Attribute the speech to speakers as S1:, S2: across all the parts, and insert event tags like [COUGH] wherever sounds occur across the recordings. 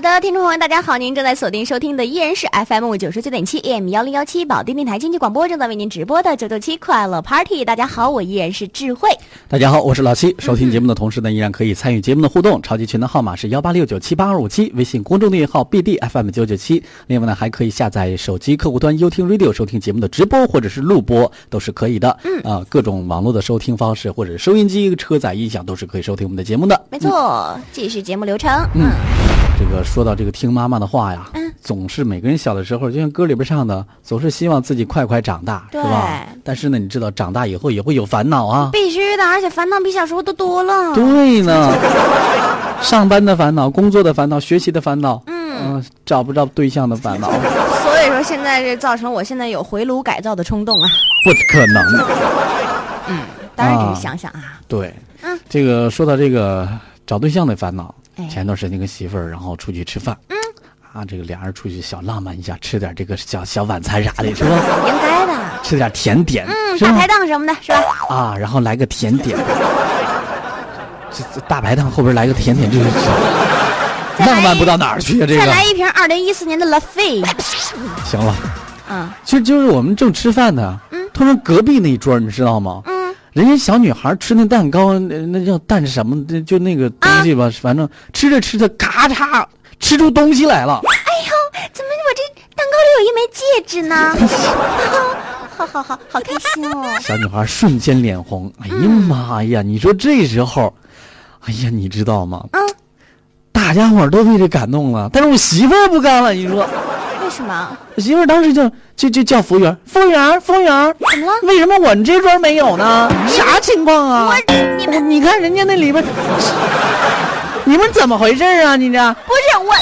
S1: 的听众朋友们，大家好！您正在锁定收听的依然是 FM 九十九点七 AM 幺零幺七保定电台经济广播，正在为您直播的九九七快乐 Party。大家好，我依然是智慧。
S2: 大家好，我是老
S1: 嗯
S2: 七。收听节目的同时呢，依然可以参与节目的互动。超级群的号码是幺八六九七八二五七，微信公众订阅号 BDFM 九九七。另外呢，还可以下载手机客户端优听 Radio 收听节目的直播或者是录播，都是可以的。嗯啊、各种网络的收听方式或者收音机、车载音响都是可以收听我们的节目的。
S1: 没错，继续节目流程。嗯，
S2: 这个说到这个听妈妈的话呀，
S1: 嗯
S2: 总是每个人小的时候，就像歌里边唱的，总是希望自己快快长大，是
S1: 对
S2: 吧？但是呢，你知道长大以后也会有烦恼啊。
S1: 必须的，而且烦恼比小时候多多了。
S2: 对呢，
S1: [LAUGHS]
S2: 上班的烦恼，工作的烦恼，学习的烦恼，嗯、找不着对象的
S1: [LAUGHS]
S2: 烦恼，
S1: 所以说，现在这造成我现在有回炉改造的冲动啊。
S2: 不可能。
S1: 当然只
S2: 啊
S1: 是想想啊，
S2: 对，
S1: 嗯
S2: 这个说到这个找对象的烦恼
S1: 哎，
S2: 前段时间跟媳妇儿然后出去吃饭，嗯，啊，这个俩人出去小浪漫一下，吃点这个小小晚餐啥的，
S1: [LAUGHS]
S2: 是吧？
S1: 应该的。
S2: 吃点甜点，
S1: 嗯，
S2: 啊是
S1: 大排
S2: 吧？
S1: 档什么的，是吧？
S2: 啊，然后来个甜点， [LAUGHS] 这这大排档后边来个甜点，这个
S1: 再来
S2: 浪漫不到哪儿去啊！这
S1: 再
S2: 个
S1: 来一瓶二零一四年的 La f e
S2: 行了。
S1: 嗯
S2: 其实就是我们正吃饭呢，突然隔壁那一桌儿你知道吗？
S1: 嗯，
S2: 人家小女孩吃那蛋糕，那那叫蛋什么？那就那个东西
S1: 啊
S2: 吧，反正吃着吃着，咔嚓吃出东西来了。
S1: 嗯哎怎么我这蛋糕里有一枚戒指呢？ [LAUGHS] 好好好，好开心哦！
S2: 小女孩瞬间脸红，哎呀妈呀！你说这时候，哎呀，你知道吗？
S1: 嗯，
S2: 大家伙儿都被这感动了，但是我媳妇儿不干了。你说， [LAUGHS]
S1: 为什么？
S2: 我媳妇儿当时就就就叫服务员，服务员儿，服务员儿，
S1: 怎么了？
S2: 为什么我们这桌没有呢？啥情况啊？
S1: 我你
S2: 我
S1: 们
S2: 你看人家那里边，你们怎么回事啊？你这
S1: 不是我。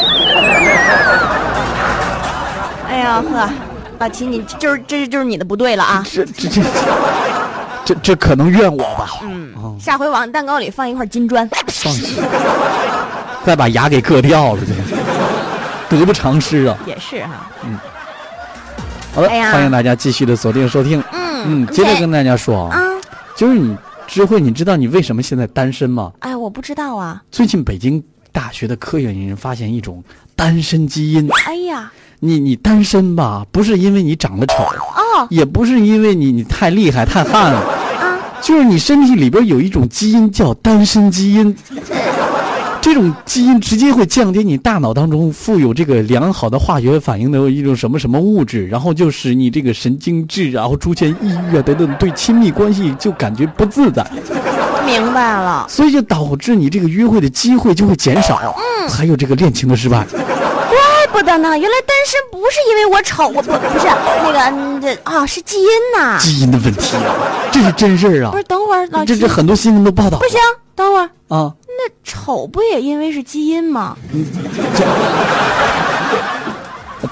S1: 哎呀呵，老齐，你就是这就是你的不对了啊！
S2: 这这这这这可能怨我吧？嗯，
S1: 下回往蛋糕里放一块金砖。
S2: 放心，再把牙给硌掉了，这得不偿失啊！
S1: 也是哈、
S2: 好了，
S1: 哎呀
S2: 欢迎大家继续的锁定收听。
S1: 嗯
S2: 嗯，接着跟大家说啊，
S1: 啊，
S2: 就是你智慧，你知道你为什么现在单身吗？
S1: 哎，我不知道啊。
S2: 最近北京大学的科研人员发现一种单身基因，
S1: 哎呀，
S2: 你你单身吧，不是因为你长得丑。
S1: 哦，
S2: 也不是因为你你太厉害太悍了，
S1: 啊
S2: 就是你身体里边有一种基因叫单身基因，这种基因直接会降低你大脑当中富有这个良好的化学反应的一种什么什么物质，然后就使你这个神经质，然后出现抑郁啊等等，对亲密关系就感觉不自在，
S1: 明白了。
S2: 所以就导致你这个约会的机会就会减少，
S1: 嗯
S2: 还有这个恋情的失败。
S1: 怪不得呢，原来单身不是因为我丑，我不不是那个嗯这啊、是基因呐、
S2: 基因的问题啊，这是真事儿啊
S1: 不是，，等会儿老
S2: 这
S1: 齐，
S2: 这很多新闻都报道
S1: 不行，等会儿
S2: 啊。
S1: 那丑不也因为是基因吗？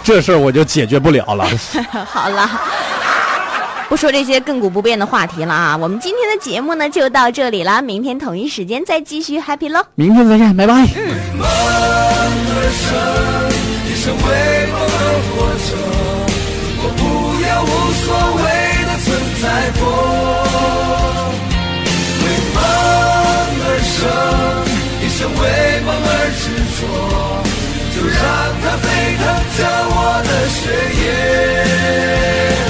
S2: 这事儿我就解决不了了。
S1: [LAUGHS] 好了。不说这些亘古不变的话题了啊！我们今天的节目呢就到这里啦，明天同一时间再继续 Happy 喽。
S2: [LAUGHS] 明天再见，拜拜。
S3: 一生为梦而活着，我不要无所谓的存在过。为梦而生，一生为梦而执着，就让它沸腾着我的血液。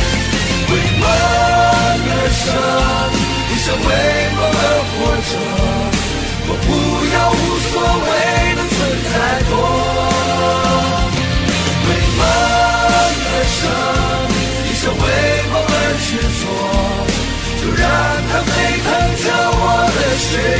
S3: 为梦而生，一生为梦而活着，我不要无所谓的存在过。为梦而生，一生为梦而执着，就让它沸腾着我的血液。